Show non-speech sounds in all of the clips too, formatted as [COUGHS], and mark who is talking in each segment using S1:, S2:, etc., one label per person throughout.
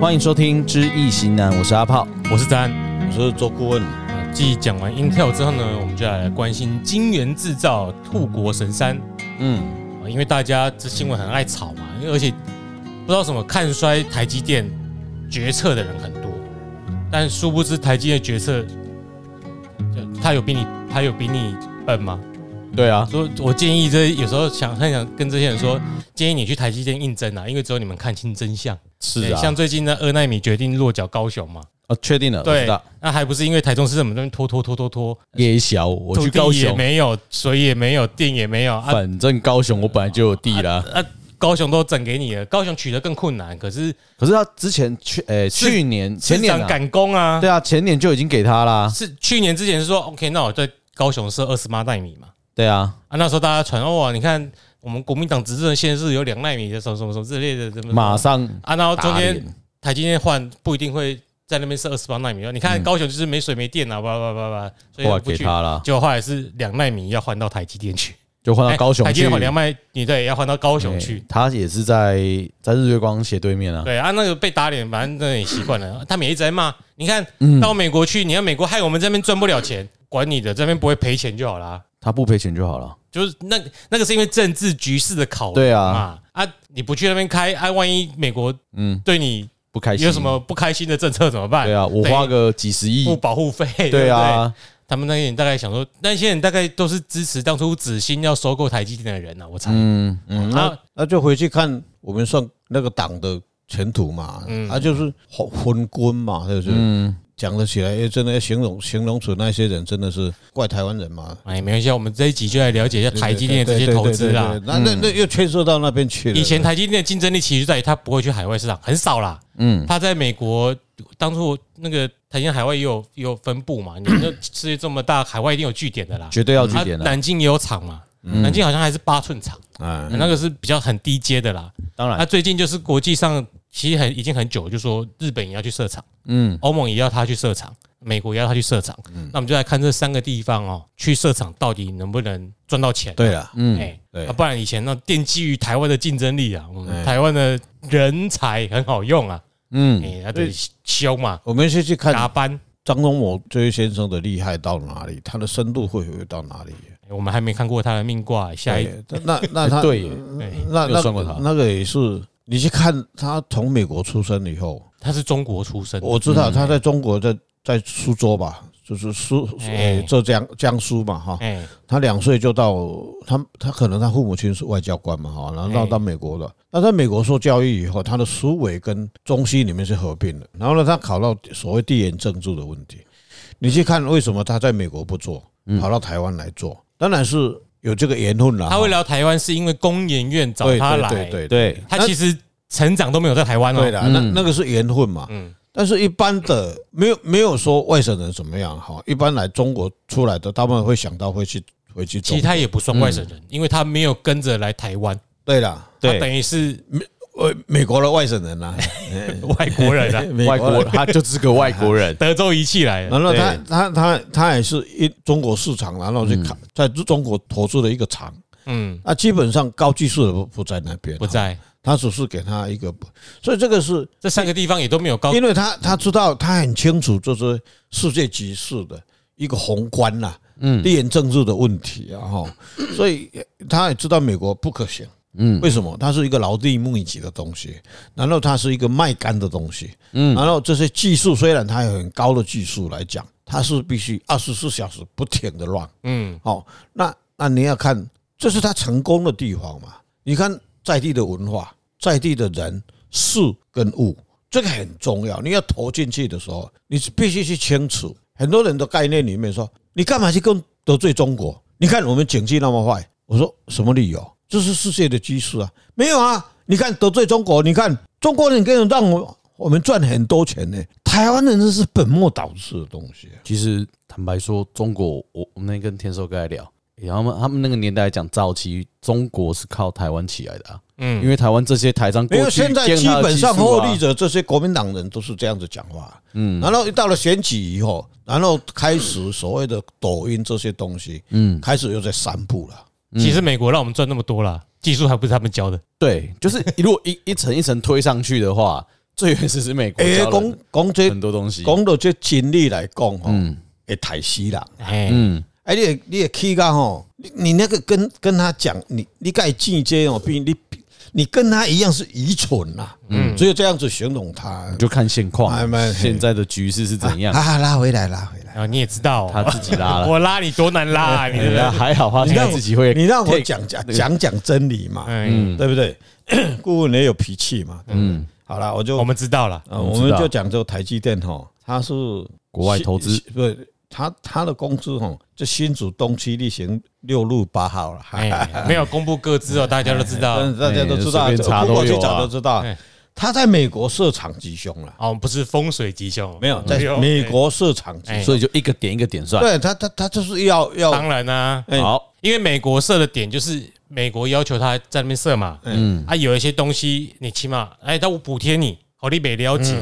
S1: 欢迎收听《知易行难》，我是阿炮。
S2: 我是詹。
S3: 我是做顾问，
S2: 呃继讲完 Intel 之后呢，我们就来关心晶圆制造护国神山
S1: 嗯，
S2: 啊因为大家这新闻很爱炒嘛，因为而且不知道什么看衰台积电决策的人很多，但殊不知台积电决策，就他有比你他有比你笨吗？
S1: 对啊，
S2: 所以我建议这有时候想很想跟这些人说，建议你去台积电应征啊，因为只有你们看清真相。
S1: 是
S2: 对
S1: 啊，
S2: 哎像最近呢，二纳米决定落脚高雄嘛，
S1: 哦，确定了，我知
S2: 对
S1: 道，，
S2: 那还不是因为台中市政府那边拖拖拖拖拖，
S1: 夜宵我去
S2: 土地
S1: 高
S2: 也
S1: 雄，
S2: 没有，水也没有，电也没有啊
S1: 反正高雄我本来就有地啦。
S2: 啊！高雄都整给你了，高雄取得更困难，可是
S1: 可是他之前去，诶，
S2: 市
S1: 哎去年前
S2: 市
S1: 年
S2: 长
S1: 啊，
S2: 赶工啊，
S1: 对啊，前年就已经给他啦。
S2: 是去年之前是说 OK，那我在高雄设二十八纳米嘛
S1: 对啊，
S2: 啊，那时候大家传哦，你看我们国民党执政现在是有两纳米的什么什么什么之类的，什么
S1: 马上
S2: 啊，然后中
S1: 打
S2: 间
S1: 脸。
S2: 台积电换不一定会在那边设二十八纳米，你看高雄就是没水没电啊，叭叭叭叭，所以
S1: 后来
S2: 他不
S1: 给
S2: 去。
S1: 他啦，
S2: 结果后来是两纳米要换到台积电去，
S1: 就换到高雄
S2: 哎台积
S1: 去。
S2: 电两纳米对要换到高雄
S1: 对
S2: 去，
S1: 他也是在在日月光斜对面啊。
S2: 对啊，那个被打脸，反正那也习惯了。他们也一直在骂，你看
S1: 嗯
S2: 到美国去，你看美国害我们这边赚不了钱，管你的，这边不会赔钱就好啦。
S1: 他不赔钱就好了。
S2: 就是那那个是因为政治局势的考量
S1: 对啊
S2: 嘛啊，你不去那边开啊，万一美国
S1: 嗯，
S2: 对你
S1: 不开心
S2: 有什？么不开心的政策怎么办？
S1: 对啊，我花个几十亿
S2: 不。保护费，
S1: 对
S2: 不对，
S1: 啊，
S2: 他们那些人大概想说，那些人大概都是支持当初紫星要收购台积电的人呐、啊，我猜。
S1: 嗯嗯，
S2: 啊，
S3: 那就回去看我们上那个党的前途嘛，
S2: 嗯
S3: 啊，就是混混quân嘛，是不是？讲得起来，哎，真的要形容形容出那些人真的是怪台湾人嘛。
S2: 哎，没关系，我们这一集就来了解一下台积电的这些
S3: 对对
S2: 投资啦。嗯
S3: 对对对那那那又牵涉到那边去了。
S2: 以前台积电的竞争力其实在于它不会去海外市场，很少啦。
S1: 嗯
S2: 嗯，它在美国当初那个台积电海外也有也有分布嘛，你那世界这么大，海外一定有据点的啦。
S1: 嗯绝对要去点
S2: 啊
S1: 的。嗯
S2: 南京也有厂嘛，南京好像还是八寸厂，
S3: 啊，
S2: 那个是比较很低阶的啦。
S1: 当
S2: 那
S1: 然，
S2: 最近就是国际上其实很已经很久，就说日本也要去设厂，
S1: 嗯，
S2: 欧盟也要它去设厂，美国也要它去设厂。那我们就来看这三个地方哦，去设厂到底能不能赚到钱？
S3: 对了，
S1: 嗯
S2: 哎、
S3: 对
S2: 啊，不然以前那奠基于台湾的竞争力啊，我们
S3: 哎
S2: 台湾的人才很好用啊，哎、
S1: 嗯，
S2: 啊对，凶嘛，
S3: 我们先去看
S2: 打班，
S3: 张忠谋这位先生的厉害到哪里，他的深度会有到哪里？
S2: 哎我们还没看过他的命卦，下一哎
S3: 对那
S2: [LAUGHS]
S3: 那他
S1: 对耶，
S3: 那
S1: 有
S3: 那
S1: 算过他
S3: 那个也是，你去看他从美国出生以后，
S2: 他是中国出生的，
S3: 我知道他在中国在在苏州吧，就是苏
S2: 哎
S3: 呃浙江江苏嘛哈，
S2: 哎、
S3: 他两岁就到他他可能他父母亲是外交官嘛哈，然后到
S2: 哎
S3: 到美国了。那在美国受教育以后，他的苏维跟中西里面是合并的，然后呢，他考到所谓地缘政治的问题。你去看为什么他在美国不做，跑到台湾来做，当然是有这个缘分了哈。
S2: 嗯他会聊台湾是因为工研院找
S3: 对
S2: 他
S3: 对
S2: 来，
S3: 对对
S1: 对，
S2: 他其实成长都没有在台湾哦，
S3: 对的，那
S1: 嗯
S3: 那个是缘分嘛。
S2: 嗯
S3: 但是一般的没有没有说外省人怎么样哈，一般来中国出来的，他们会想到会去回去
S2: 其
S3: 中
S2: 实
S3: 国。
S2: 他也不算外省人，因为他没有跟着来台湾，
S3: 嗯对啦，
S2: 他
S1: 对
S2: 等于是
S3: 呃，美国的外省人啦，
S2: 外国人啊，。
S3: 美
S1: 外
S3: 国
S1: 国
S3: 人。
S1: 他就只是个外国人 [LAUGHS]
S2: 德州仪器来了，
S3: 然后他
S1: 对
S3: 他他他也是一中国市场，然后去看在中国投资的一个厂，
S2: 嗯，
S3: 那基本上高技术的不不在那边，
S2: 不，在
S3: 他只是给他一个，所以这个是
S2: 这三个地方也都没有高
S3: 因为他他知道他很清楚，就是世界局势的一个宏观呐、嗯，地缘政治的问题啊，哈，所以他也知道美国不可行，嗯，为什么？它是一个劳力密集的东西，然后它是一个卖干的东西，嗯，然后这些技术虽然它有很高的技术来讲，它是必须二十四小时不停的乱，
S2: 嗯，
S3: 哦，那那你要看，这是他成功的地方嘛？你看在地的文化、在地的人、事跟物，这个很重要。你要投进去的时候，你是必须去清楚。很多人的概念里面说，你干嘛去跟得罪中国？你看我们经济那么坏，我说什么理由？这是世界的趋势啊！没有啊，你看得罪中国，你看中国人给人让我我们赚很多钱呢、台湾人这是本末倒置的东西啊、
S1: 其实坦白说，中国我我们那天跟天寿哥在聊，然后他们他们那个年代来讲，早期中国是靠台湾起来的啊，
S2: 嗯
S1: 因为台湾这些台商过
S3: 没有，
S1: 去
S3: 现在
S1: 建
S3: 基
S1: 他的
S3: 本
S1: 技
S3: 上
S1: 术
S3: 获
S1: 啊
S3: 利者这些国民党人都是这样子讲话，嗯，然后一到了选举以后，然后开始所谓的抖音这些东西，嗯，开始又在散布了，
S2: 其实美国让我们赚那么多啦，技术还不是他们教的，
S1: 对，就是一路一一层一层推上去的话，最原始是美国
S3: 诶，
S1: 教
S3: 哎讲
S1: 人
S3: 讲这
S1: 很多东西，
S3: 讲到这经历来讲吼，
S1: 嗯
S3: 会抬死人。
S2: 哎，
S1: 嗯，
S3: 哎，你也你也气到吼，你你那个跟跟他讲，你你该进阶哦，比你你跟他一样是愚蠢呐、嗯，只有这样子形容他
S1: 你。就看现况啊
S3: 哎没，
S1: 现在的局势是怎
S3: [LAUGHS]
S1: 样，
S3: 啊，拉回来，拉回来。
S2: 然后你也知道，哦
S1: 他自己
S3: [LAUGHS]
S1: 拉了。
S2: [LAUGHS] 我拉你多难拉啊，你
S1: 哎
S2: 对不
S1: 呀
S2: 对？
S1: 还好，他
S3: 你
S1: 现
S3: 让
S1: 在自己会
S3: 你让我讲讲讲讲真理嘛，
S2: 嗯，
S3: 对不对？ [COUGHS] 顾问也有脾气嘛。嗯，好了，我就
S2: 我们知道了，
S3: 呃
S1: 我
S3: 我
S1: 们知
S3: 们
S1: 道
S3: 就讲这个台积电哈，它是
S1: 国外投资
S3: 新，不是它它的公司哈，这新竹东区例行六路八号了，
S2: 哎，没有公布各自哦，大家都知道。
S3: 但是大家都知道，
S1: 哎随便查都有啊
S3: 我去找都知道
S2: 哎，
S3: 他在美国设厂吉凶了，
S2: 哦，不是风水吉凶，
S3: 没有在美国设厂吉
S2: 哎
S3: 凶，
S1: 所以就一个点一个点算。
S3: 对他他他就是要
S2: 哎
S3: 要
S2: 当然啦，
S3: 哎
S1: 好，
S2: 因为美国设的点就是美国要求他在那边设嘛，
S1: 嗯，
S2: 啊，有一些东西你起码，哎，但我补贴你，好利北了解，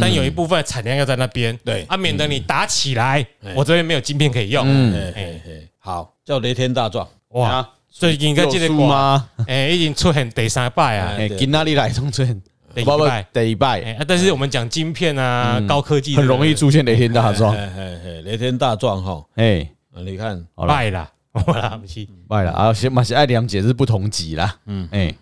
S2: 但有一部分产量要在那边，
S3: 对
S2: 啊，免得你打起来，我这边没有晶片可以用，
S1: 嗯，
S3: 哎哎哎好叫雷天大壮，
S2: 哇，
S1: 啊，
S2: 所以应该
S1: 有
S2: 这个
S1: 输
S2: 瓜，
S1: 吗？
S2: 哎，已经出现第三拜啊，
S1: 哎，
S3: 对
S1: 今哪里来中村？
S2: 第一
S1: 不不
S2: 拜，
S1: 第一
S2: 哎
S1: 拜，
S2: 啊但是我们讲晶片啊，高科技
S1: 嗯很容易出现雷天大壮
S3: 哎。哎哎雷天大壮哈，
S1: 哎，
S3: 你看
S1: 好了，
S2: 拜啦， [LAUGHS] 我啦，不是，
S1: 拜了啊！先马是爱良解是不同级啦。嗯，哎，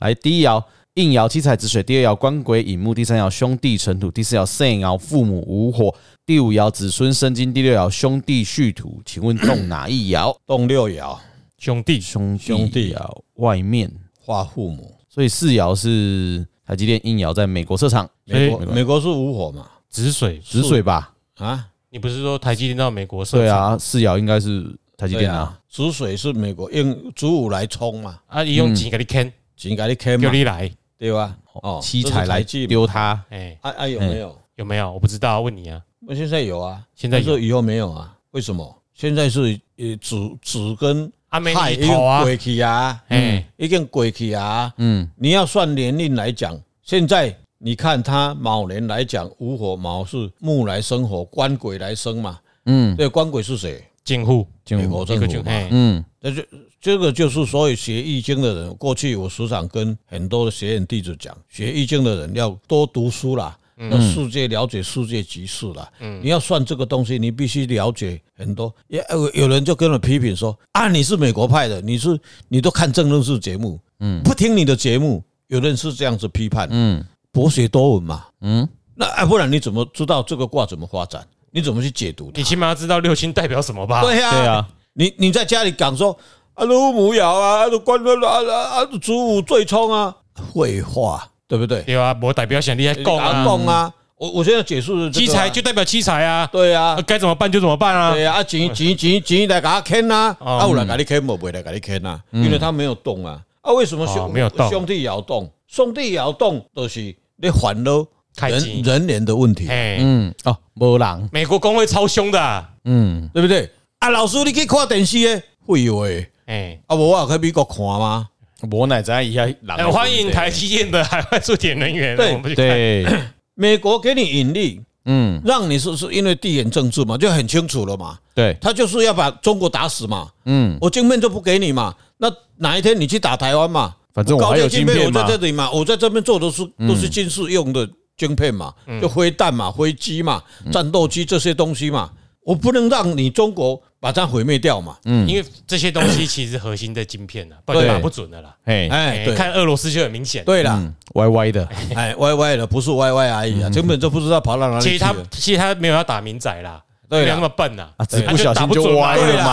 S1: 来第一爻应爻七彩之水，第二爻官鬼引木，第三爻兄弟成土，第四爻肾爻父母无火，第五爻子孙生金，第六爻兄弟续土。请问动哪一爻？
S3: 动六爻
S2: 兄弟，
S1: 兄
S3: 兄弟
S1: 爻外面，
S3: 化父母，
S1: 所以四爻是台积电应爻在美国设厂
S2: 所以
S3: 美国美国是无火嘛
S2: 止水，
S1: 止水吧？
S3: 啊，
S2: 你不是说台积电到美国设
S1: 对
S2: 厂
S1: 啊，四爻应该是台积
S3: 对
S1: 电啊。
S3: 啊，止水是美国用主武来冲嘛，
S2: 啊，伊用钱给你坑，
S3: 钱给你
S1: 嗯
S3: 开
S2: 叫
S3: 嘛，
S2: 你来，
S3: 对吧？哦，
S1: 七彩来
S3: 记，
S1: 丢它，
S2: 哎，
S3: 啊啊有没有？
S2: 有没有？我不知道，问你啊。
S3: 那现在有啊，
S2: 现在有
S3: 但是以后没有啊？为什么？现在是呃纸纸跟
S2: 阿美
S3: 亥已
S2: 你
S3: 经
S2: 头啊，
S3: 过去啊，
S2: 哎，
S3: 已经过去啊。
S1: 嗯，
S3: 你要算年龄来讲，现在你看他卯年来讲，午火卯是木来生火，官鬼来生嘛。
S1: 嗯，
S3: 对，官鬼是谁？
S2: 进户
S1: 进
S3: 美国
S2: 一
S3: 政
S2: 个
S3: 府
S2: 就
S3: 嘛。
S2: 哎，
S1: 嗯
S3: 那就这个就是所有学易经的人，过去我时常跟很多的学院弟子讲，学易经的人要多读书啦，
S1: 嗯
S3: 要世界了解世界局势啦。你要算这个东西，你必须了解很多。也有有人就跟我批评说啊，你是美国派的，你是你都看政论式节目，嗯，不听你的节目，有人是这样子批判，
S1: 嗯
S3: 博学多闻嘛，
S1: 嗯，
S3: 那啊，不然你怎么知道这个卦怎么发展？你怎么去解读它
S2: 你？起码要知道六亲代表什么吧？
S3: 对呀、
S1: 对啊，
S3: 你你在家里讲说啊，卢母爻啊，啊，关啊啊啊，祖武最冲啊，废话，对不对？
S2: 对啊，我代表显厉害供
S3: 啊
S2: 啊，
S3: 共啊，我我现在解释的
S1: 啊
S2: 七彩就代表七彩啊，
S3: 对啊
S2: 啊，该怎么办就怎么办啊。
S3: 对啊，啊钱钱钱钱来给他坑啊，
S2: 哦嗯
S3: 啊有人给你坑，无袂来给你坑啊，因为他没有动啊，啊为什么
S2: 哦
S3: 兄
S2: 没有动
S3: 兄弟爻动，兄弟爻动就是你烦恼
S2: 开
S3: 人
S2: 机
S3: 人脸的问题，
S2: 哎，
S1: 嗯，哦，没人，
S2: 美国工会超凶的啊，
S1: 嗯，
S3: 对不对？啊，老师你去看电视诶，废话的，
S2: 哎。
S3: 啊无我去美国看吗？
S1: 我奶在一下
S3: 啊
S2: 哎
S1: 人，
S2: 欢迎台积电的海外驻点人员，
S3: 对
S2: 我们去看。
S1: 对， [LAUGHS]
S3: 美国给你引力，
S1: 嗯，
S3: 让你是是因为地缘政治嘛，就很清楚了嘛。
S1: 对，
S3: 他就是要把中国打死嘛，
S1: 嗯，
S3: 我晶片就不给你嘛。那哪一天你去打台湾嘛？
S1: 反正我还有
S3: 高
S1: 晶
S3: 片
S1: 片
S3: 我
S1: 嘛嗯
S3: 在，这里嘛，我在这边做的是都是军事用的晶片嘛，
S2: 嗯
S3: 就飞弹嘛、飞机嘛、
S1: 嗯
S3: 战斗机这些东西嘛，我不能让你中国把它毁灭掉
S1: 嗯
S3: 嘛。
S2: 因为这些东西其实核心在晶片啊，不然
S1: 对
S2: 打不准的啦。
S1: 嘿，
S3: 哎，
S2: 哎，
S3: 对
S2: 看俄罗斯就很明显。
S3: 对了，
S1: 嗯，歪歪的，
S3: 哎歪歪了，不是歪歪而已啊，根本就不知道跑到哪里
S2: 其
S3: 去
S2: 实他
S3: 了。
S2: 其实他没有要打民仔啦，
S3: 对啦
S2: 没有那么笨呐
S1: 啊，，只
S2: 他
S1: 不小
S2: 打
S1: 心
S2: 不准
S1: 就
S2: 嘛
S1: 歪
S3: 对
S1: 了
S3: 啦
S1: 嘛。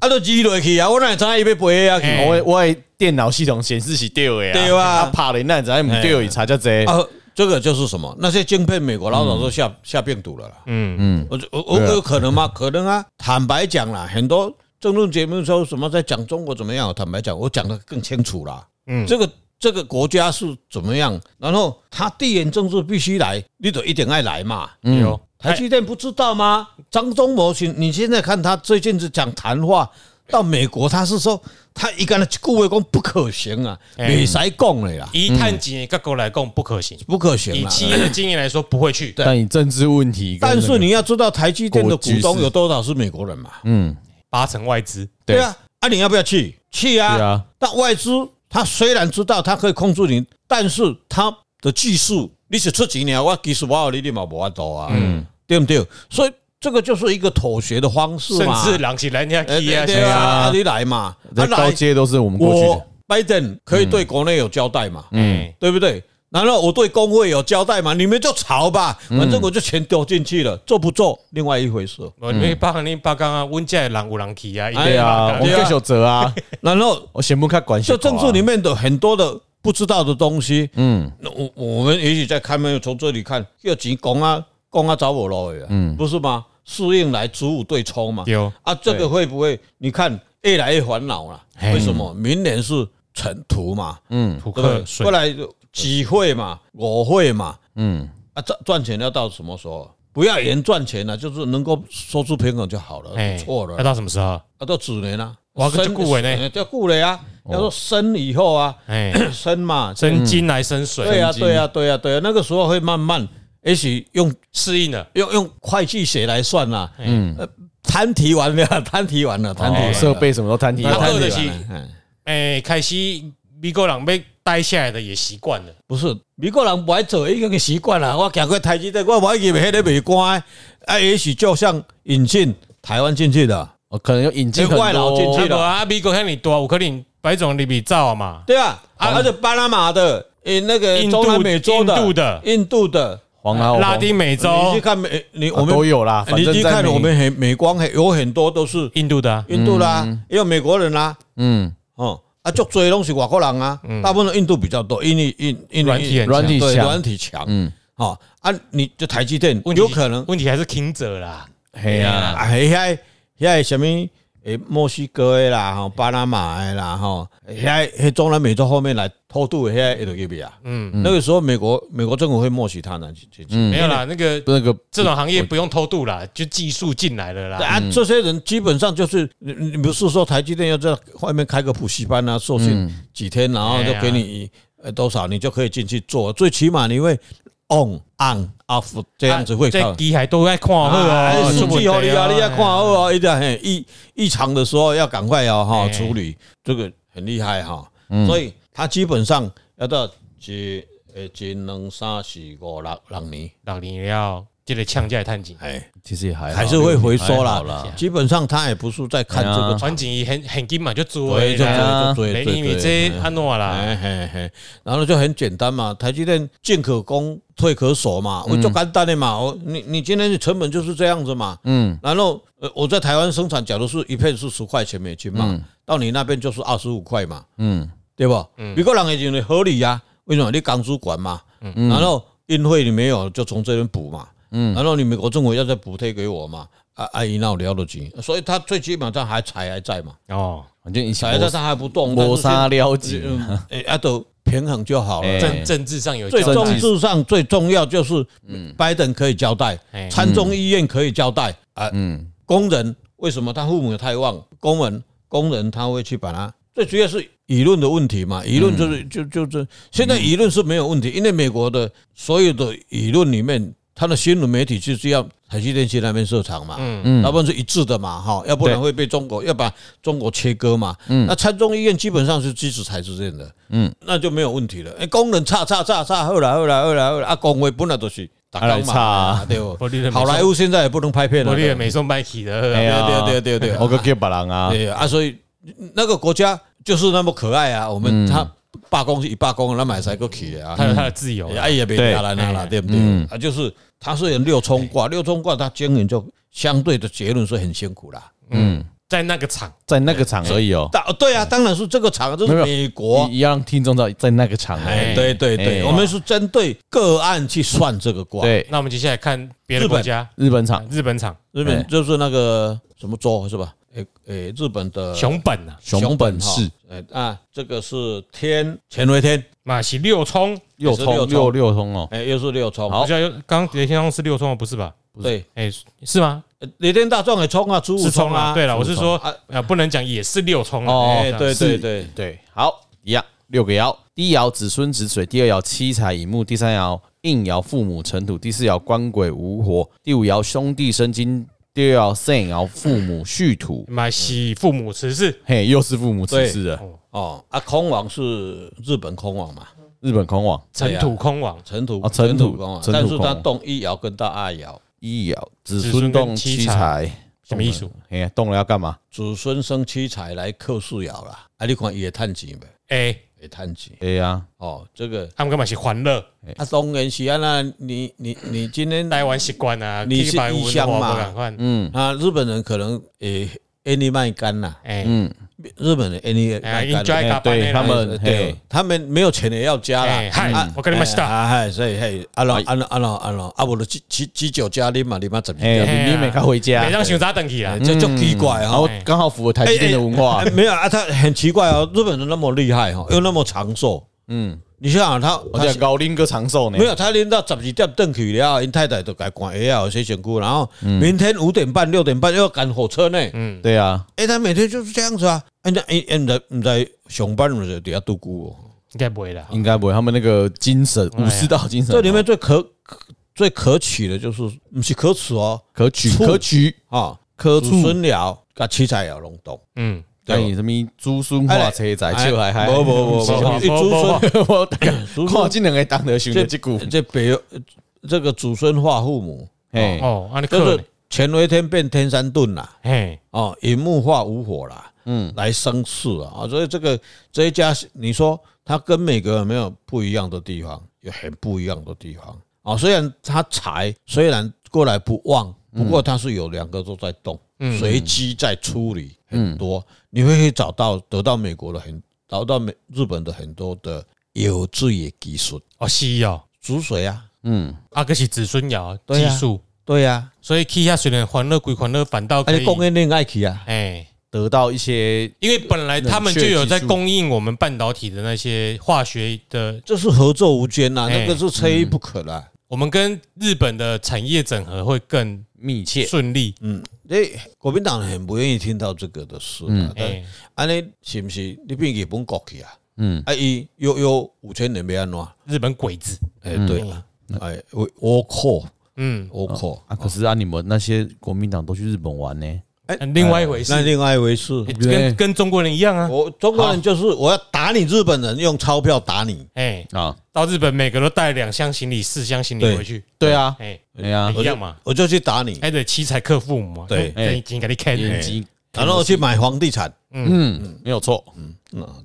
S3: 啊，都积落去啊，我哪知道伊要飞啊去？
S2: 哎
S1: 我我的电脑系统显示是对的呀，
S3: 对啊
S1: 怕了，那咱们对的差较济，
S3: 啊，这个就是什么？那些晶片，美国老早都下、下病毒了啦。
S2: 嗯，
S1: 嗯，
S3: 我我我
S1: 对啊
S3: 有可能吗？ [LAUGHS] 可能啊。坦白讲啦，很多政论节目说什么在讲中国怎么样，坦白讲，我讲的更清楚啦。
S2: 嗯
S3: 这个这个国家是怎么样，然后他地缘政治必须来，你得一定爱来嘛。
S2: 有
S3: 嗯
S2: 哎
S3: 台积电不知道吗？张忠谋，你你现在看他最近是讲谈话到美国，他是说他一个人一句话讲不可行啊，
S2: 哎
S3: 没使讲的啦，
S2: 以探几年各国来共不可行，
S3: 不可行
S2: 以
S3: 啦。
S2: 企业的经验来说不会去。
S1: 但以政治问题跟那
S3: 但
S1: 个，
S3: 是你要知道，台积电的股
S1: 国际
S3: 东
S1: 是
S3: 有多少是美国人嘛？
S1: 嗯，
S2: 八成外资，
S1: 对
S3: 对啊，啊，你要不要去？去
S1: 对
S3: 啊！
S1: 啊，
S3: 但外资他虽然知道他可以控制你，但是他的技术你是出钱了，我其实我有你你嘛无法度啊，
S1: 嗯
S3: 对不对？所以这个就是一个妥协的方式
S1: [LAUGHS]
S2: 甚
S3: 嘛，
S2: 至人是人家
S3: 哎
S2: 去啊，
S3: 对
S1: 啊
S3: 啊，你来嘛，啊
S1: 这高
S3: 来，
S1: 阶都是我们过去
S3: 我
S1: 的，
S3: 拜登可以对国内有交代嘛，
S2: 嗯，
S3: 对不对？难道我对工会有交代嘛？你们就吵吧，
S1: 嗯
S3: 反正我就钱丢进去了，做不做另外一回事。
S2: 我你八杠你八杠啊，温家人有人去啊，
S1: 对啊，我们
S3: 对啊
S1: 更守则
S3: [LAUGHS]
S1: 啊，
S3: 然后
S1: 我先不看管
S3: 就
S1: 小狗啊
S3: 政治里面的很多的不知道的东西，
S1: 嗯，
S3: 那我我们也许在看没有从这里看，要钱公啊公啊找我喽，嗯，不是吗？适应来子午对冲嘛，
S2: 丢
S3: 啊，这个
S1: 对
S3: 会不会你看越来越烦恼了？为什么？明年是尘土嘛，
S1: 嗯
S2: 土
S3: 对不对
S2: 克？水
S3: 过，来几会嘛，我会嘛，
S1: 嗯，
S3: 啊，赚赚钱要到什么时候？不要言赚钱了、啊就是能够收支平衡就好了，
S2: 哎
S3: 不错了
S2: 要。到什么时候？
S3: 啊，到子年啊，
S2: 哇这顾伟呢
S3: 哎这顾了啊，要说生以后
S2: [COUGHS]
S3: 啊，
S2: 哎，
S3: [COUGHS] 生嘛，
S2: 生金来生水，
S3: 对啊，
S1: 生金
S3: 对啊，对啊，对啊，那个时候会慢慢，也许用
S2: 适应了，
S3: 用用会计学来算啦，嗯，摊提完了， [LAUGHS] 摊提完了，摊提完
S1: 哦
S3: 了
S1: 设，备什么都摊提
S3: 摊提
S1: 完
S2: 啊，
S3: 完
S2: 二
S3: 了
S2: 的是
S3: 哎
S2: 哎，开始美国人被待下来的也习惯了，
S3: 不是美国人不爱做，已经习惯了。我行过台积电，我不爱入迄个美关，啊，也许就像引进台湾进去的，
S1: 哦，可能有引进很
S3: 哎外劳进
S1: 多
S3: 去
S2: 啊
S3: 对
S2: 无
S3: 啦
S2: 啊，美国遐尼大，有可能白种入比走嘛，
S3: 对啊，啊，而且巴拿马的，诶，那个
S2: 印度
S3: 中南美洲的、
S2: 印度的
S3: 印度的，
S1: 黄啊，
S2: 拉丁美
S3: 你
S2: 洲
S3: 去、看美，你我
S1: 我哎
S3: 们
S1: 啊都有啦，反
S3: 你
S1: 正
S3: 去
S1: 在
S3: 看
S1: 美
S3: 我们很美光很有很多都是
S2: 印度的啊，
S3: 印度啦，也有美国人啦，
S1: 嗯
S3: 哦，啊，足多拢是外国人啊，大部分印度比较多，因为因因
S2: 嗯软体
S3: 为
S2: 很
S1: 软体
S3: 对
S1: 强
S3: 软体强，
S1: 嗯，
S3: 哦，啊，你就台积电
S2: 问题
S3: 有可能，
S2: 问题还是哎听者啦，
S1: 嘿呀，
S3: 啊，遐遐什么？诶，墨西哥的啦，吼，巴拿马的啦，吼，遐遐中南美洲后面来偷渡的遐就入去啊。
S2: 嗯，
S3: 那个时候，美国美国政府会默许他呢，进进
S1: 嗯
S3: 去。
S2: 没有啦，那个
S1: 那个
S2: 这种行业不用偷渡啦，就技术进来了啦，
S3: 啊，
S1: 嗯
S3: 这些人基本上就是，你你不是说台积电要在外面开个补习班啊，受
S1: 嗯
S3: 训几天，然后就给
S2: 哎
S3: 你呃多少，你就可以进去做。最起码你会 on on off 这样子
S2: 哎
S3: 会
S2: 啊这
S3: 看。
S2: 机还都在看好
S3: 啊
S2: 哦，
S3: 数据好你啊，你要看好
S2: 哦，
S3: 哦，一定很异异常的时候要赶快哦哈
S2: 哎
S3: 处理，这个很厉害哈。
S1: 嗯
S3: 所以他基本上要到一呃一两三四五六六年，
S2: 老年要这个呛价探景，
S3: 哎，
S1: 其实也还好
S3: 还是会回收
S1: 还
S3: 啦
S1: 好啦。
S3: 基本上他也不是在看这
S1: 哎呀
S3: 个，
S2: 环境伊很很紧嘛就做
S3: 对，就啊
S1: 哎
S2: 啦，
S1: 呀
S3: 对对对，
S2: 因为这
S3: 对
S2: 安怎啦，
S3: 哎嘿嘿，然后就很简单嘛，台积电进可攻，退可守嘛，我就简单的嘛，我你你今天的成本就是这样子嘛，嗯，然后呃我在台湾生产，假如是一片是十块钱美金嘛，到你那边就是二十五块嘛，
S1: 嗯，
S3: 对不？美国人会认为合理呀、为什么？你港主管嘛，然后运费你没有，就从这边补嘛，嗯，然后你美国政府要再补贴给我嘛。啊，阿姨，那我聊得及，所以他最基本上还财还在嘛，
S2: 哦，
S1: 反正以
S3: 财还
S1: 前
S3: 在，他还不动，但是
S1: 磨砂了
S3: 现
S1: 解
S3: 在，嗯，哎，啊，都平衡就好了
S1: 哎。
S2: 政政治上有
S3: 最
S2: 交代
S3: 政治上最重要就是，
S1: 嗯
S3: 拜登可以交代
S2: 哎，
S3: 参众议院可以交代啊。
S1: 嗯，
S3: 工人为什么他父母有太旺？工人工人他会去把它，最主要是舆论的问题嘛。舆论就是
S2: 嗯
S3: 就就这，现在舆论是没有问题，因为美国的所有的舆论里面，他的新闻媒体就是要台积电去那边设厂嘛。
S2: 嗯
S1: 嗯
S3: 要不然是一致的嘛，哈，要不然
S1: 对
S3: 会被中国要把中国切割嘛。那参众议院基本上是支持台积电的，
S1: 嗯，
S3: 那就没有问题了。哎，工人差差差差，后来后来后来后来，啊，工会本来都是打
S1: 啊来
S3: 嘛，
S1: 差啊
S3: 对不
S2: [LAUGHS] 我你的？美
S3: 好莱坞现在也不能拍片了，
S2: 我你
S3: 对哦
S2: 的
S3: 不
S2: 美送麦起
S1: 哎
S2: 的，
S1: 呀
S3: 对对对
S1: [LAUGHS]
S3: 对对
S1: 我个叫别人啊，
S3: 对啊，所以那个国家就是那么可爱
S1: 嗯
S3: 啊。我们他罢工是一罢工，那买才够起的啊
S2: 他。有他的自由啦，
S3: 哎呀，别拿来拿了，对不对？
S1: 嗯
S3: 啊，就是它是有六冲卦，六冲卦它经营就相对的结论是很辛苦啦。
S1: 嗯，
S2: 在那个场，
S1: 在那个场而已哦，
S3: 大对啊，当然是这个厂，这是
S1: 没有
S3: 美国。
S1: 一一样听众知道在那个场而
S2: 哎
S1: 已，
S3: 对对
S1: 哎
S3: 对，我们是针对个案去算这个卦。，
S1: 对，
S2: 那我们接下来看别的
S3: 哎日本
S2: 国家，啊
S1: 日本场
S2: 日本场
S3: 日
S1: 哎
S3: 本就是那个什么州是吧？诶诶，日本的
S2: 熊本啊，
S1: 熊本
S3: 哈
S1: 市，
S3: 哎啊，这个是天乾为天，
S2: 马西六冲，
S1: 六
S3: 也是
S1: 通
S3: 六通
S1: 六六通哦，
S3: 哎，又是六冲。
S1: 好
S2: 好像刚刚雷天冲是六冲吗不是吧？
S3: 对，
S2: 哎，是吗？
S3: 呃雷电大壮也冲啊，朱武
S2: 是
S3: 冲
S2: 冲
S3: 啊，
S2: 啊，对了，我是说
S3: 啊
S2: 呃，不能讲也是六冲
S1: 哦
S2: 啊，
S3: 哎，对
S1: 是
S3: 对对，
S1: 对，好，一样六个爻，第一爻子孙子水，第二爻七财寅木，第三爻应爻父母尘土，第四爻官鬼无火，第五爻兄弟生金，第六爻肾爻父母戌土，
S2: 马西父母慈氏，
S1: 嘿，又是父母指示的，
S3: 哦啊，空王是日本空王嘛，
S1: 日本空网
S2: 尘土空网，
S3: 尘土
S1: 啊尘土
S3: 工啊，
S1: 尘土
S3: 但是他
S1: 工
S3: 动一爻跟大二爻，
S1: 一爻子孙动七财，
S2: 什么意思？
S1: 哎呀，动了要干嘛？
S3: 子孙生七财来克四爻啦。啊，你看也探钱呗，
S2: 哎，
S3: 也探钱
S1: 哎呀，
S3: 哦。这个
S2: 他们干嘛是欢乐？
S1: 哎
S3: 啊，当然是啊，那你你你今天
S2: 台湾习惯啊，
S3: 嗯你是
S2: 去把文化
S3: 异乡嘛
S2: 不赶快，
S1: 嗯
S3: 啊，日本人可能诶，any 卖干呐，
S2: 哎，
S1: 嗯，
S3: 日本人
S2: 哎
S3: any 卖干。哎
S2: ，enjoy 加班
S1: 对
S2: 的
S1: 他
S2: 啦，
S1: 们，
S3: 对
S1: 嘿，，
S3: 他们没有钱也要加
S2: 哎，
S3: 啦。
S2: 嗨，我跟你们知道，
S3: 啊，嗨，所以嘿，啊，
S1: 哎
S3: 老啊老啊老啊老啊，我的鸡鸡鸡酒加你嘛，你啊妈怎么样？
S1: 哎，你你没该回家
S2: 每，当想咋等去啦
S3: 哎，这就奇怪
S1: 然
S3: 哈
S1: 后。刚嗯好符合台积电的文化
S3: 哎，没有啊，他很奇怪哦，日本人那么厉害哈，又那么长寿，嗯，你想想他，
S1: 而且
S3: 他
S1: 高龄哥长寿呢
S3: 没，有他连到十二点登去了，因太太都该关鞋啊，洗身躯，然后
S1: 嗯
S3: 明天五点半六点半又要赶火车呢，
S2: 嗯，
S1: 对啊，
S3: 哎，他每天就是这样子啊，人家哎哎，唔知唔知上班唔是底下度过哦，
S2: 应该不会啦。
S1: 应该不会，他们那个精神
S2: 哎呀
S1: 武士道精神，
S3: 这里面最可可最可取的就是不是可耻哦，
S1: 可取
S3: 醋
S1: 可取
S3: 啊，
S1: 可
S3: 子
S1: 处，
S3: 孙了，甲七彩也拢懂，哎
S2: 嗯，
S1: 哎，你什么子孙化车仔，笑嗨嗨，
S3: 不不不
S2: 是
S3: 不，
S2: 吧
S3: 啊一子孙
S1: [LAUGHS] 我大概看这两个当得想到这句，
S3: 这北这个祖孙化父母，
S1: 嘿，
S2: 哦，啊，你
S3: 就
S2: 可
S3: 是乾为天变天山遁啦，
S2: 嘿，
S3: 哦，寅木化无火啦，嗯，来生事啊，啊所以这个这一家，你说它跟每个有没有不一样的地方，有很不一样的地方啊、虽然它财虽然过来不旺，不过它是有两个都在动，
S2: 嗯
S3: 随机在处理很多，你会找到得到美国的很，找到美日本的很多的有志的技术，
S2: 哦，是哦，
S3: 煮水啊，
S1: 嗯，
S2: 啊，个是子孙爻
S3: 对
S2: 技
S3: 啊
S2: 术，
S3: 对呀、
S2: 所以去遐虽然欢乐归欢乐，反倒
S3: 啊，而
S2: 可以
S3: 且，供应链爱去啊，
S2: 哎，
S1: 得到一些
S2: 因为本来他们就有在供应我们半导体的那些化学的，
S3: 这是合作无间呐、啊
S2: 哎
S3: 那个是缺一不可啦、
S2: 我们跟日本的产业整合会更
S1: 密切，
S2: 顺利。
S3: 你嗯国民党很不愿意听到这个的事啊，但
S2: 哎，
S3: 安尼是不是你变日本国去啊？
S1: 嗯，
S3: 啊，伊有有五千年没安怎？
S2: 日本鬼子，
S3: 哎，对啊，哎，我我靠，
S2: 嗯，
S3: 我靠，
S1: 啊，可是啊，你们那些国民党都去日本玩呢，
S2: 另外一回事
S3: 哎那，哎哦另外一回事，
S1: 对
S2: 跟跟中国人一样啊。
S3: 我中国人就是我要打你日本人，用钞票打你，
S2: 哎，
S1: 啊，
S2: 到日本每个都带两箱行李、四箱行李
S3: 对
S2: 回去，
S1: 对啊，
S2: 哎，
S1: 哎呀，
S2: 一样嘛。
S3: 我就去打你，
S2: 哎，对，七彩克父母嘛，
S3: 对
S2: 哎已经给你开
S1: 眼
S2: 了，
S1: 睛，
S3: 然后去买房地产，
S2: 哎
S1: 嗯，没有错，
S3: 嗯，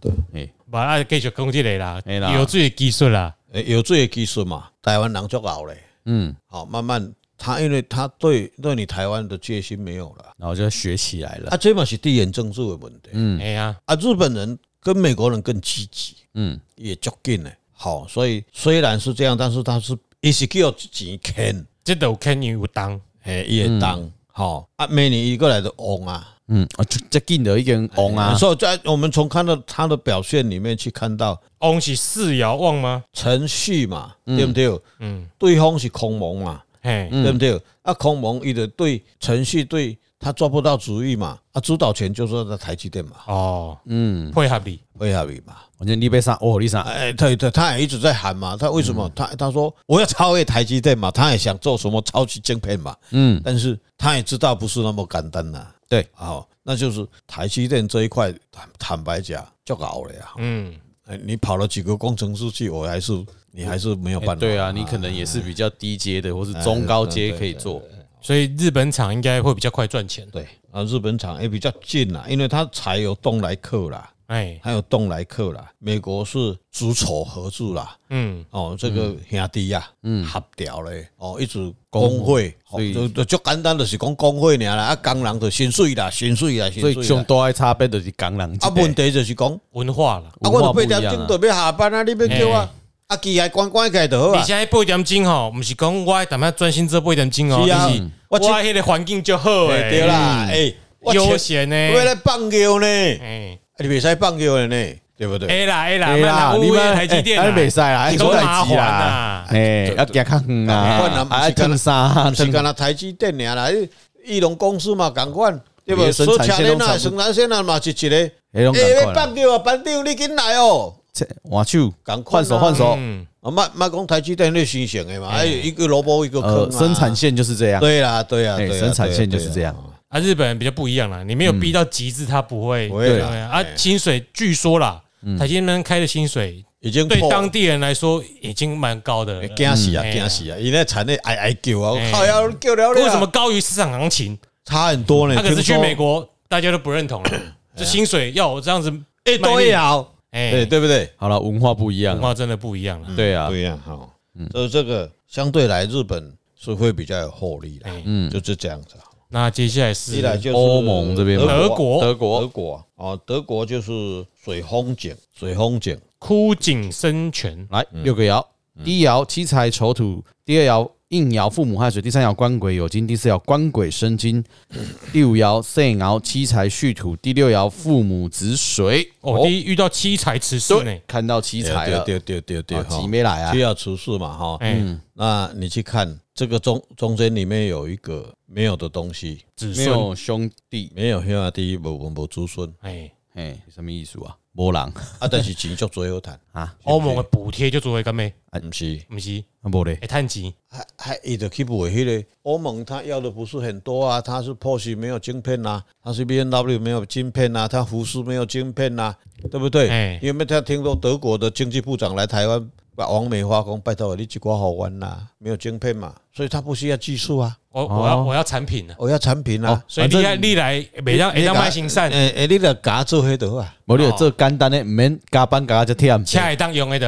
S3: 对，
S1: 哎，
S2: 把啊继续攻击你啦
S1: 哎，啦
S2: 有自己的技术啦，
S3: 哎有这些技术嘛，台湾人就熬嘞，
S1: 嗯，
S3: 好，慢慢他因为他对对你台湾的戒心没有了，
S1: 然后就学起来了，
S3: 啊，这嘛是地缘政治的问题，
S2: 哎呀，
S3: 啊，日本人跟美国人更积极，
S1: 嗯，
S3: 也较劲呢。好，所以虽然是这样，但是他是伊是叫钱坑，
S2: 这都肯定有当，
S3: 哎，也当好啊，每年一个来的翁啊，
S1: 嗯，啊，就再进了一根红啊，
S3: 所以在我们从看到他的表现里面去看到
S2: 翁是四爻旺吗？
S3: 程序嘛，对不对？
S2: 嗯，
S3: 对方是空蒙嘛，
S2: 嘿，
S1: 嗯
S3: 对不对？啊，空蒙伊的对程序对他抓不到主意嘛，啊，主导权就是在台积电嘛，
S2: 哦，
S1: 嗯，
S2: 配合你，
S3: 配合伊嘛。
S1: 我觉得你被杀，哦，你杀，
S3: 哎，对对，他也一直在喊嘛，他为什
S1: 嗯
S3: 么？他他说我要超越台积电嘛，他也想做什么超级晶片嘛，
S1: 嗯，
S3: 但是他也知道不是那么简单呐、
S1: 对，
S3: 哦，那就是台积电这一块，坦坦白讲就搞了呀。
S2: 嗯，
S3: 哎，你跑了几个工程师去，我还是你还是没有办法。
S1: 对啊，你可能也是比较低阶的，或是中高阶可以做，
S2: 所以日本厂应该会比较快赚钱。
S3: 对啊，日本厂也比较近啊啦，因为它才有东来克啦，
S2: 哎，
S3: 还有东来克啦，美国是主仇合住啦。
S2: 嗯，
S3: 哦，这个兄弟呀、嗯，合调嘞，哦，一直
S1: 工
S3: 工会，哦
S1: 所以
S3: 就就就简单就是讲工会尔啦，啊，工人就薪水啦，薪水啦，薪
S1: 所
S3: 水
S1: 以上
S3: 啦。
S1: 大的差别就是港人这
S3: 啊，
S1: 边
S3: 问题就是讲，啊，
S2: 文化啦。
S1: 文
S3: 我
S1: 化
S3: 就
S1: 不
S3: 八
S1: 一
S3: 点
S1: 样
S3: 钟
S1: 啊，
S3: 就要下班啊，你要叫我，啊，机械关关起来就好
S2: 你
S3: 啊。
S2: 现在八点钟吼，不是讲我他妈专心做八点钟哦，
S3: 是啊
S2: 就是
S3: 嗯
S2: 我
S3: 我这
S2: 迄个环境就好
S3: 哎
S2: 诶，
S3: 对啦，哎，我
S2: 悠
S3: 前
S2: 闲呢。
S3: 我来放尿呢，啊
S2: 哎，
S3: 你别使放尿了呢，对不对？
S2: 哎啦哎啦，
S1: 哎
S2: 慢啦
S1: 啦，
S2: 乌
S1: 你
S2: 龟
S1: 们
S2: 台积电
S1: 哎，没
S2: 啦，
S1: 晒啦，哎
S2: 你
S1: 说
S2: 都
S1: 台
S2: 麻
S1: 积
S2: 烦啊
S1: 啦，
S2: 啦。
S1: 哎，要行较远
S3: 不然
S1: 啊
S3: 人，不是
S1: 啊，烫衫
S3: 不
S1: 啊，
S3: 是
S1: 烫
S3: 干那台积电尔啦，翼龙公司嘛，共款。对不
S1: 别的
S3: 对？
S1: 生
S3: 生
S1: 产
S3: 产
S1: 线
S3: 线
S1: 都差
S3: 啊，
S1: 不多
S3: 生产线啊嘛是一个。哎，
S1: 哎，拢
S3: 要
S1: 赶快
S3: 放，尿啊，班长你紧来哦。
S1: 切换手，
S3: 赶快
S1: 换手，换手，
S2: 嗯，
S3: 啊，卖卖讲台积电那新型的嘛，哎，一个萝卜一个坑
S1: 呃，
S3: 啊
S1: 生产线就是这样，
S3: 对啦，对啦，
S1: 哎
S3: 对啦，
S1: 生产线就是这
S3: 对啦啊
S1: 样。
S2: 啊啊，日本人比较不一样啦，你没有逼到极致，他不会。
S3: 不会啦
S2: 啊，薪水据说啦，台积电那边开的薪水
S3: 已经
S2: 对
S3: 破
S2: 当地人来说已经蛮高的了，
S3: 惊死啊，
S2: 嗯
S3: 惊死啊！伊那产业哀哀叫啊，
S2: 哎
S3: 我靠呀，叫了了。
S2: 为什么高于市场行情？
S3: 差很多呢？
S2: 他可是去
S3: 啊哎听说
S2: 美国，大家都不认同了，这薪水要我这样子，
S3: 哎都要，
S2: 哎
S3: 对，对不对？
S1: 好了，文化不一样
S2: 文
S1: 啊，
S2: 化嗯真的不一样了。
S1: 对啊嗯
S3: 不，一样哈。所以这个相对来日本是会比较有获利的，嗯，就是这样子啊。
S2: 那接下来
S3: 一来
S2: 是
S3: 就是
S1: 欧盟这边嘛
S2: 德国
S1: 德
S3: 德
S1: 国
S3: 国啊，德国就是水风景，水风景
S2: 枯井生泉，
S1: 来六个爻，第一爻七财丑土，第二爻应爻父母亥水，第三爻官鬼酉金，第四爻官鬼申金，第五爻肾爻七财戌土，第六爻父母子水。
S2: 哦，第一遇到七财吃事呢
S1: 对，，看到七财了，
S3: 对对对对
S1: 啊
S3: 对，哈
S1: 挤没来啊
S3: 需，要厨师嘛哈。
S2: 哎，
S3: 那你去看这个中中间里面有一个没有的东西，
S2: 子
S1: 没
S2: 孙，
S1: 有兄弟，
S3: 没有兄弟无文无子孙
S2: 哎，
S1: 哎，什么意思啊？波浪
S3: [LAUGHS] 啊，但是钱足最好赚啊
S1: 啊，
S2: 欧盟的补贴就作为干咩？
S3: 不是？
S2: 不是，
S1: 波嘞，
S2: 哎，探级，
S3: 还还伊就去买迄个欧盟，他要的不是很多啊，他是 Porsche 没有晶片呐、啊，他是 B N W 没有晶片呐、啊，他福斯没有晶片呐、啊，对不对？
S2: 哎
S3: 因为他听说德国的经济部长来台湾，把王美花讲拜托你几瓜好玩呐、没有晶片嘛，所以他不需要技术啊，
S2: 我我要
S1: 哦
S2: 我要产品了，
S3: 我要产品啊。
S2: 所以
S1: 反正
S2: 历来历来每让每让卖行善，
S3: 诶哎诶，你来甲做迄就好啊，
S1: 无你这简单的，免加班加就忝。
S2: 下一当用的
S3: 对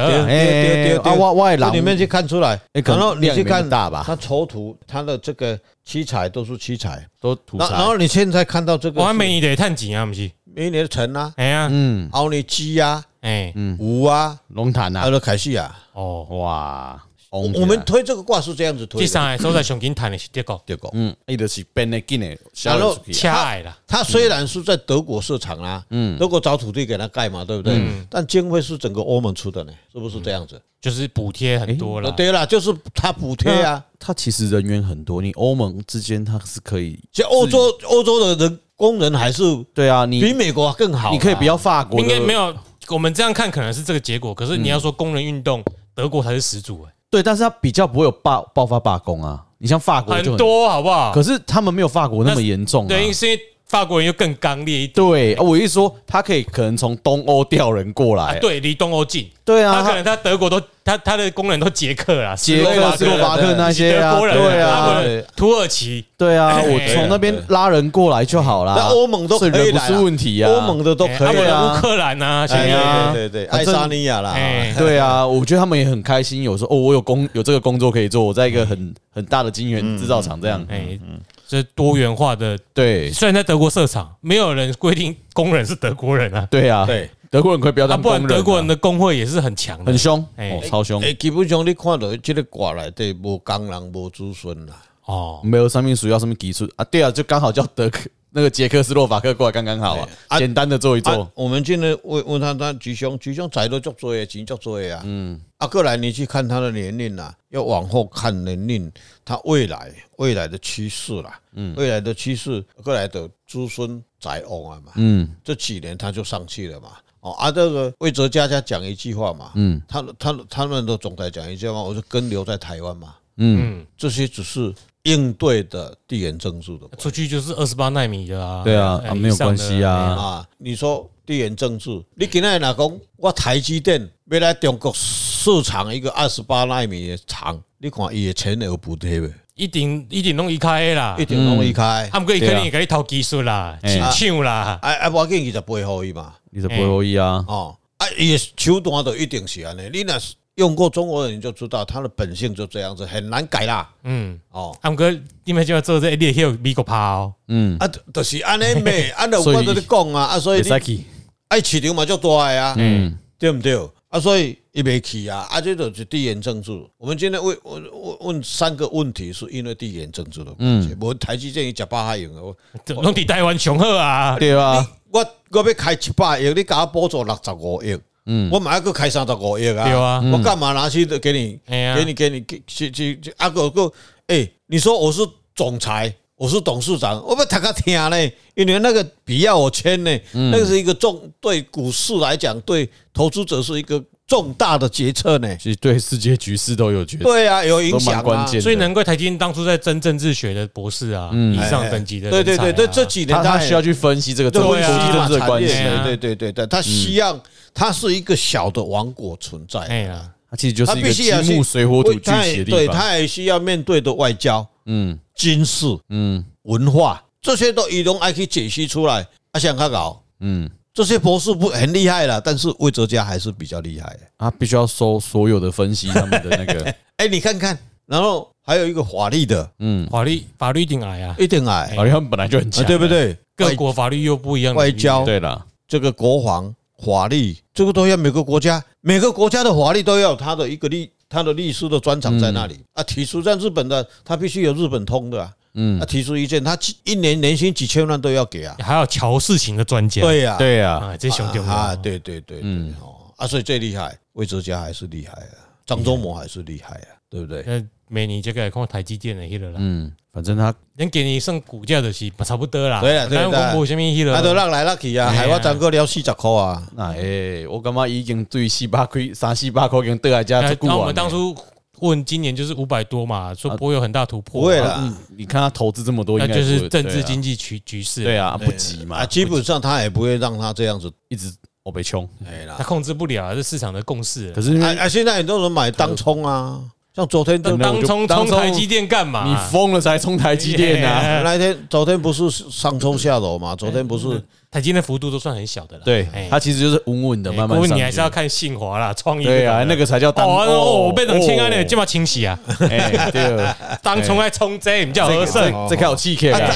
S1: 哎
S2: 得，
S1: 啊我我的人
S3: 你们去看出来，
S1: 哎可
S3: 然
S1: 能
S3: 后你
S1: 量
S3: 去
S1: 也没那
S3: 看
S1: 么大吧
S3: 他丑图，他的这个七彩都是七彩，
S1: 都吐
S3: 然后然
S1: 槽。
S3: 后你现在看到这个
S2: 我还
S3: 是
S2: 每年得探级啊，不是？
S3: 明年的城啊，
S2: 哎呀，
S1: 嗯，
S3: 奥尼基呀、
S2: 哎，
S3: 五啊、啊
S1: 龙潭
S3: 阿
S1: 啊，
S3: 勒凯西啊，
S2: 哦，
S1: 哇，
S3: 我们推这个卦是这样子推
S2: 第
S3: 的，
S2: 三个所在上紧谈的是德国，
S3: 对个。
S1: 嗯，伊就是变得紧的，小
S3: 然后
S1: 出去
S2: 掐矮了，
S3: 他虽然是在德国设厂啊，嗯，德国找土地给他盖嘛，对不对？但经费是整个欧盟出的呢，是不是这样子？
S2: 就是补贴很多了，
S3: 哦对啦，就是他补贴啊，
S1: 他其实人员很多，你欧盟之间他是可以，
S3: 其实欧洲欧洲的人工人还是
S1: 对啊，你
S3: 比美国更好啊。
S1: 你可以不要法国
S2: 应
S1: 的，
S2: 该没有。我们这样看可能是这个结果，可是你要说工人运动，德国才是始祖哎，
S1: 对，但是他比较不会有爆爆发罢工啊。你像法国就
S2: 很，多好不好
S3: 啊
S1: 可？是他们没有法国那么严重、啊。
S2: 对，是因为法国人又更刚烈一点
S1: 对，啊我一说他可以可能从东欧调人过
S2: 啊
S1: 来，，
S2: 对，离东欧近，
S1: 对
S2: 他
S1: 啊，
S2: 可能他德国都他他的工人都捷克啦，
S1: 捷
S2: 斯洛
S1: 克、
S2: 伐
S1: 斯
S2: 克
S1: 洛伐克那些啊，
S2: 德国人
S1: 对
S2: 他
S1: 啊，
S2: 们土耳其
S1: 对啊，
S2: 哎
S1: 我从那边拉人过来就好啦。
S3: 那欧盟都可
S1: 所
S3: 以
S1: 以人不
S3: 来啊
S1: 啊是问题啊，
S3: 欧盟的都
S2: 他
S3: 可以
S2: 们
S3: 啊，
S2: 的乌克兰啊，
S3: 哎
S2: 哎
S3: 呀，
S2: 呀，
S3: 对对，对爱
S1: 反正
S3: 沙尼亚啦，
S2: 哎
S1: [LAUGHS] 对啊，我觉得他们也很开心。有时候哦，我有工有这个工作可以做，我在一个很很大的晶圆制造厂这样。
S2: 哎，这多元化的，
S1: 对
S2: 虽然在德国设厂，没有人规定工人是德国人啊，
S1: 对啊，
S3: 对，
S1: 德国人可以不要
S2: 啊，
S1: 当
S2: 不
S1: 工
S2: 然
S1: 人啊，
S2: 德国人的工会也是很强的，
S1: 很凶，
S2: 哎
S1: 哦，超凶
S3: 诶、，基本上你看到这个卦内底无工人无子孙啦，
S2: 哦，
S1: 没有上面属要什么技术啊？对啊，就刚好叫德克那个捷克斯洛伐克过来刚刚好啊，
S3: 啊
S1: 简单的做一做
S3: 啊，，我们今天问问他，他吉凶吉凶财都足多的，钱足多的啊。嗯，啊，过来你去看他的年龄啦、要往后看年龄，他未来未来的趋势啦，嗯，未来的趋势，过来的子孙财旺啊嘛，
S1: 嗯，
S3: 这几年他就上去了嘛。哦啊，这个魏哲家家讲一句话嘛，嗯，他他他们的总裁讲一句话，我就跟留在台湾嘛，
S2: 嗯，
S3: 这些只是应对的地缘政治的
S2: 嗯出去就是二十八纳米的啊，
S1: 对啊
S2: 哎
S1: 啊没有关系，啊，
S3: 啊，你说地缘政治，你今天若讲我台积电要来中国市场一个二十八纳米的厂，你看伊的钱有补贴
S2: 以上
S3: 未？
S2: 的哎一定一定弄一开的
S1: 啊
S2: 啦
S3: 一，定拢离开，
S2: 他们可以
S1: 对
S2: 肯
S1: 啊
S2: 定也给你掏技术啦，
S1: 哎
S2: 请抢啦，
S3: 哎哎，我建议就背后伊嘛，
S1: 你的不会意啊，
S3: 哦，啊，伊的手段都一定是安尼，你若是用过中国人，你就知道他的本性就这样子，很难改啦。
S2: 嗯，
S3: 哦，
S2: 他们哥你们就要做这一列有美国趴哦，
S1: 嗯，
S3: 啊，就是安尼
S1: [LAUGHS]
S3: 咩，啊，就
S1: 所以
S3: 我跟你讲啊，啊，所以
S1: 也
S3: 你
S1: 塞去，
S3: 爱市场哎嘛就大的啊，
S1: 嗯，
S3: 对不对？啊，所以伊袂去啊，啊，这就是地缘政治。我们今天问问问问三个问题，是因为地缘政治的关系。无台积电伊食饱海用的，我
S2: 拢伫台湾上好啊，
S1: 对啊，
S3: 我我要开一百亿，你给我补助六十五亿，嗯，我嘛要去开三十五亿啊，
S2: 对啊
S1: 嗯
S3: 我干嘛拿去给你，
S2: 哎呀
S3: 给你给你给去去去啊个个，哎，你说我是总裁。我是董事长，我不他个听嘞，因为那个
S1: 嗯
S3: 笔要我签呢，那个是一个重对股市来讲，对投资者是一个重大的决策呢。
S1: 其实对世界局势都有决定，
S3: 对啊，有影
S1: 都蛮
S3: 响
S1: 关
S3: 啊。
S1: 键的。
S2: 所以难怪台积电当初在争政治学的博士啊，
S1: 嗯
S2: 以上等级的人
S3: 哎对对
S2: 才啊
S3: 对对，这几年哎
S1: 他他
S3: 也
S1: 需要去分析这个
S3: 对啊
S1: 国
S3: 国
S1: 际
S3: 际
S1: 政治的关系嗯
S2: 产。业啊
S3: 对对对对，他希望它是一个小的王国存在，
S2: 哎呀，
S1: 它其实就是
S3: 它
S1: 一个
S3: 必须要
S1: 金
S3: 去
S1: 木水火土聚
S3: 它
S1: 集
S3: 也
S1: 的地
S3: 对，
S1: 方。
S3: 它也需要面对的外交、
S1: 嗯
S3: 军事、
S1: 嗯
S3: 文化这些都伊拢爱去解析出来，啊，想他搞
S1: 嗯，
S3: 这些博士不很厉害了，但是魏哲家还是比较厉害的。
S1: 他必须要收所有的分析他们的那个
S3: 哎，你看看，然后还有一个法律的，
S1: 嗯，
S2: 法律法律顶矮
S1: 哎
S2: 啊，
S3: 一定矮，
S1: 好像本来就很
S3: 啊
S1: 强，
S3: 对不？对？
S2: 各
S3: 外
S2: 国法律又不一样的
S3: 外
S2: 领域，
S3: 交
S1: 对啦，
S3: 这个国防法律，这个都要每个国家，每个国家的法律都要有它的一个律，它的律师的专长在那里、啊。提出像日本的，他必须有日本通的啊，
S1: 嗯
S3: 啊，提出意见，他几一年年薪几千万都要给啊。
S2: 还有乔事情的专家，
S3: 对呀、
S1: 对呀，
S2: 啊，这兄弟
S3: 啊，
S2: 啊，
S3: 对对对对
S1: 嗯
S3: 哦啊，所以最厉害，魏哲家还是厉害啊，张忠谋还是厉害啊，对不对？
S2: 那每年这个看台积电的迄个啦，
S1: 嗯，反正他
S2: 能给你算股价就是差不多啦，
S3: 对
S1: 啊
S3: 啦对啦
S2: 但我无什么迄
S3: 啊，都
S2: 个，
S3: 让来让去啊，
S2: 哎呀
S3: 海我涨个了四十块啊，
S1: 那诶，哎我感觉已经对四八块、三四八块已经对来家这啊顾
S2: 然后哎我
S1: 完
S2: 们当
S1: 了。
S2: 初问今年就是五百多嘛，说不会有很大突破，
S3: 不会啦，
S1: 嗯你看他投资这么多，
S2: 那
S1: 应该
S2: 就是政治
S1: 济
S2: 经济局局势，
S1: 啊对，啊，不急嘛
S3: 啊，，基本上他也不会让他这样子，
S1: 一直我被穷。
S3: 哎啦
S2: 他，控制不了啊这市场的共识
S1: 可。是因
S3: 啊
S1: 为
S3: 啊！现在很多人买当冲啊，像昨天就
S2: 那
S1: 那我
S2: 当
S1: 就
S2: 冲
S1: 当
S2: 冲
S1: 冲
S2: 台积电干嘛？
S1: 你疯了才冲台积电啊！
S2: 哎
S3: 那一天，昨天不是上冲下楼嘛？昨天不是
S2: 台积电的幅度都算很小的了。
S1: 对
S2: 哎，
S1: 它其实就是稳稳的
S2: 哎
S1: 慢
S2: 不
S1: 慢
S2: 过
S1: 上
S2: 你
S1: 去。
S2: 还是要看信华啦、创意
S1: 对啊，
S2: 种的
S1: 那个才叫当
S2: 哦啊哦，被人清安
S1: 哦
S2: 的，这么清洗啊，
S1: 哎，
S2: [LAUGHS]
S1: 对，
S2: 当冲爱冲这，你叫和
S1: 这
S2: 盛。
S1: 这这开有气 K 啊！
S2: 哎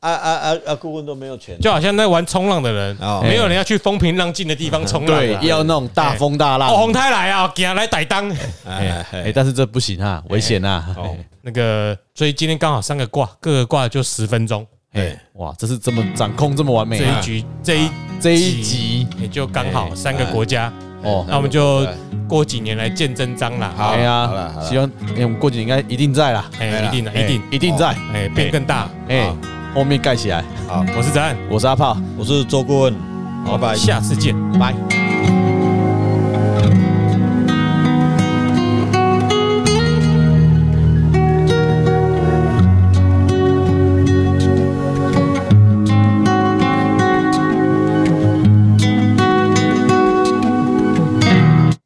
S3: 啊啊啊啊！顾问都没有钱，
S2: 就好像在玩冲浪的人
S3: 哦，
S2: 没有人要去风平浪静的地方冲浪啊。
S1: 对，要那种大风大浪。
S2: 哦，红太来啊，给他来逮当。 [LAUGHS]
S3: 哎
S1: 哎，但是这不行啊，危险啊！
S2: 那个，所以今天刚好三个挂，各个挂就十分钟，
S1: 哎，哇，这是这么掌控这么完美
S2: 这一
S1: 啊！
S2: 局这一
S1: 这一集哎
S2: 也就刚好三个国家，
S1: 哦，
S2: 那我们就过几年来见真章啦。
S3: 好
S1: 哎
S3: 好了好
S1: 呀，
S3: 了
S1: 希望哎我们过几年应该一定在啦，
S2: 哎，一定的，一定，
S1: 一定在，
S2: 哎，变更大。
S1: 哎，后面盖起来。
S2: 我是子安，
S1: 我是阿炮，
S3: 我是周顾问，拜拜。
S2: 下次见。
S1: 拜。
S3: 拜。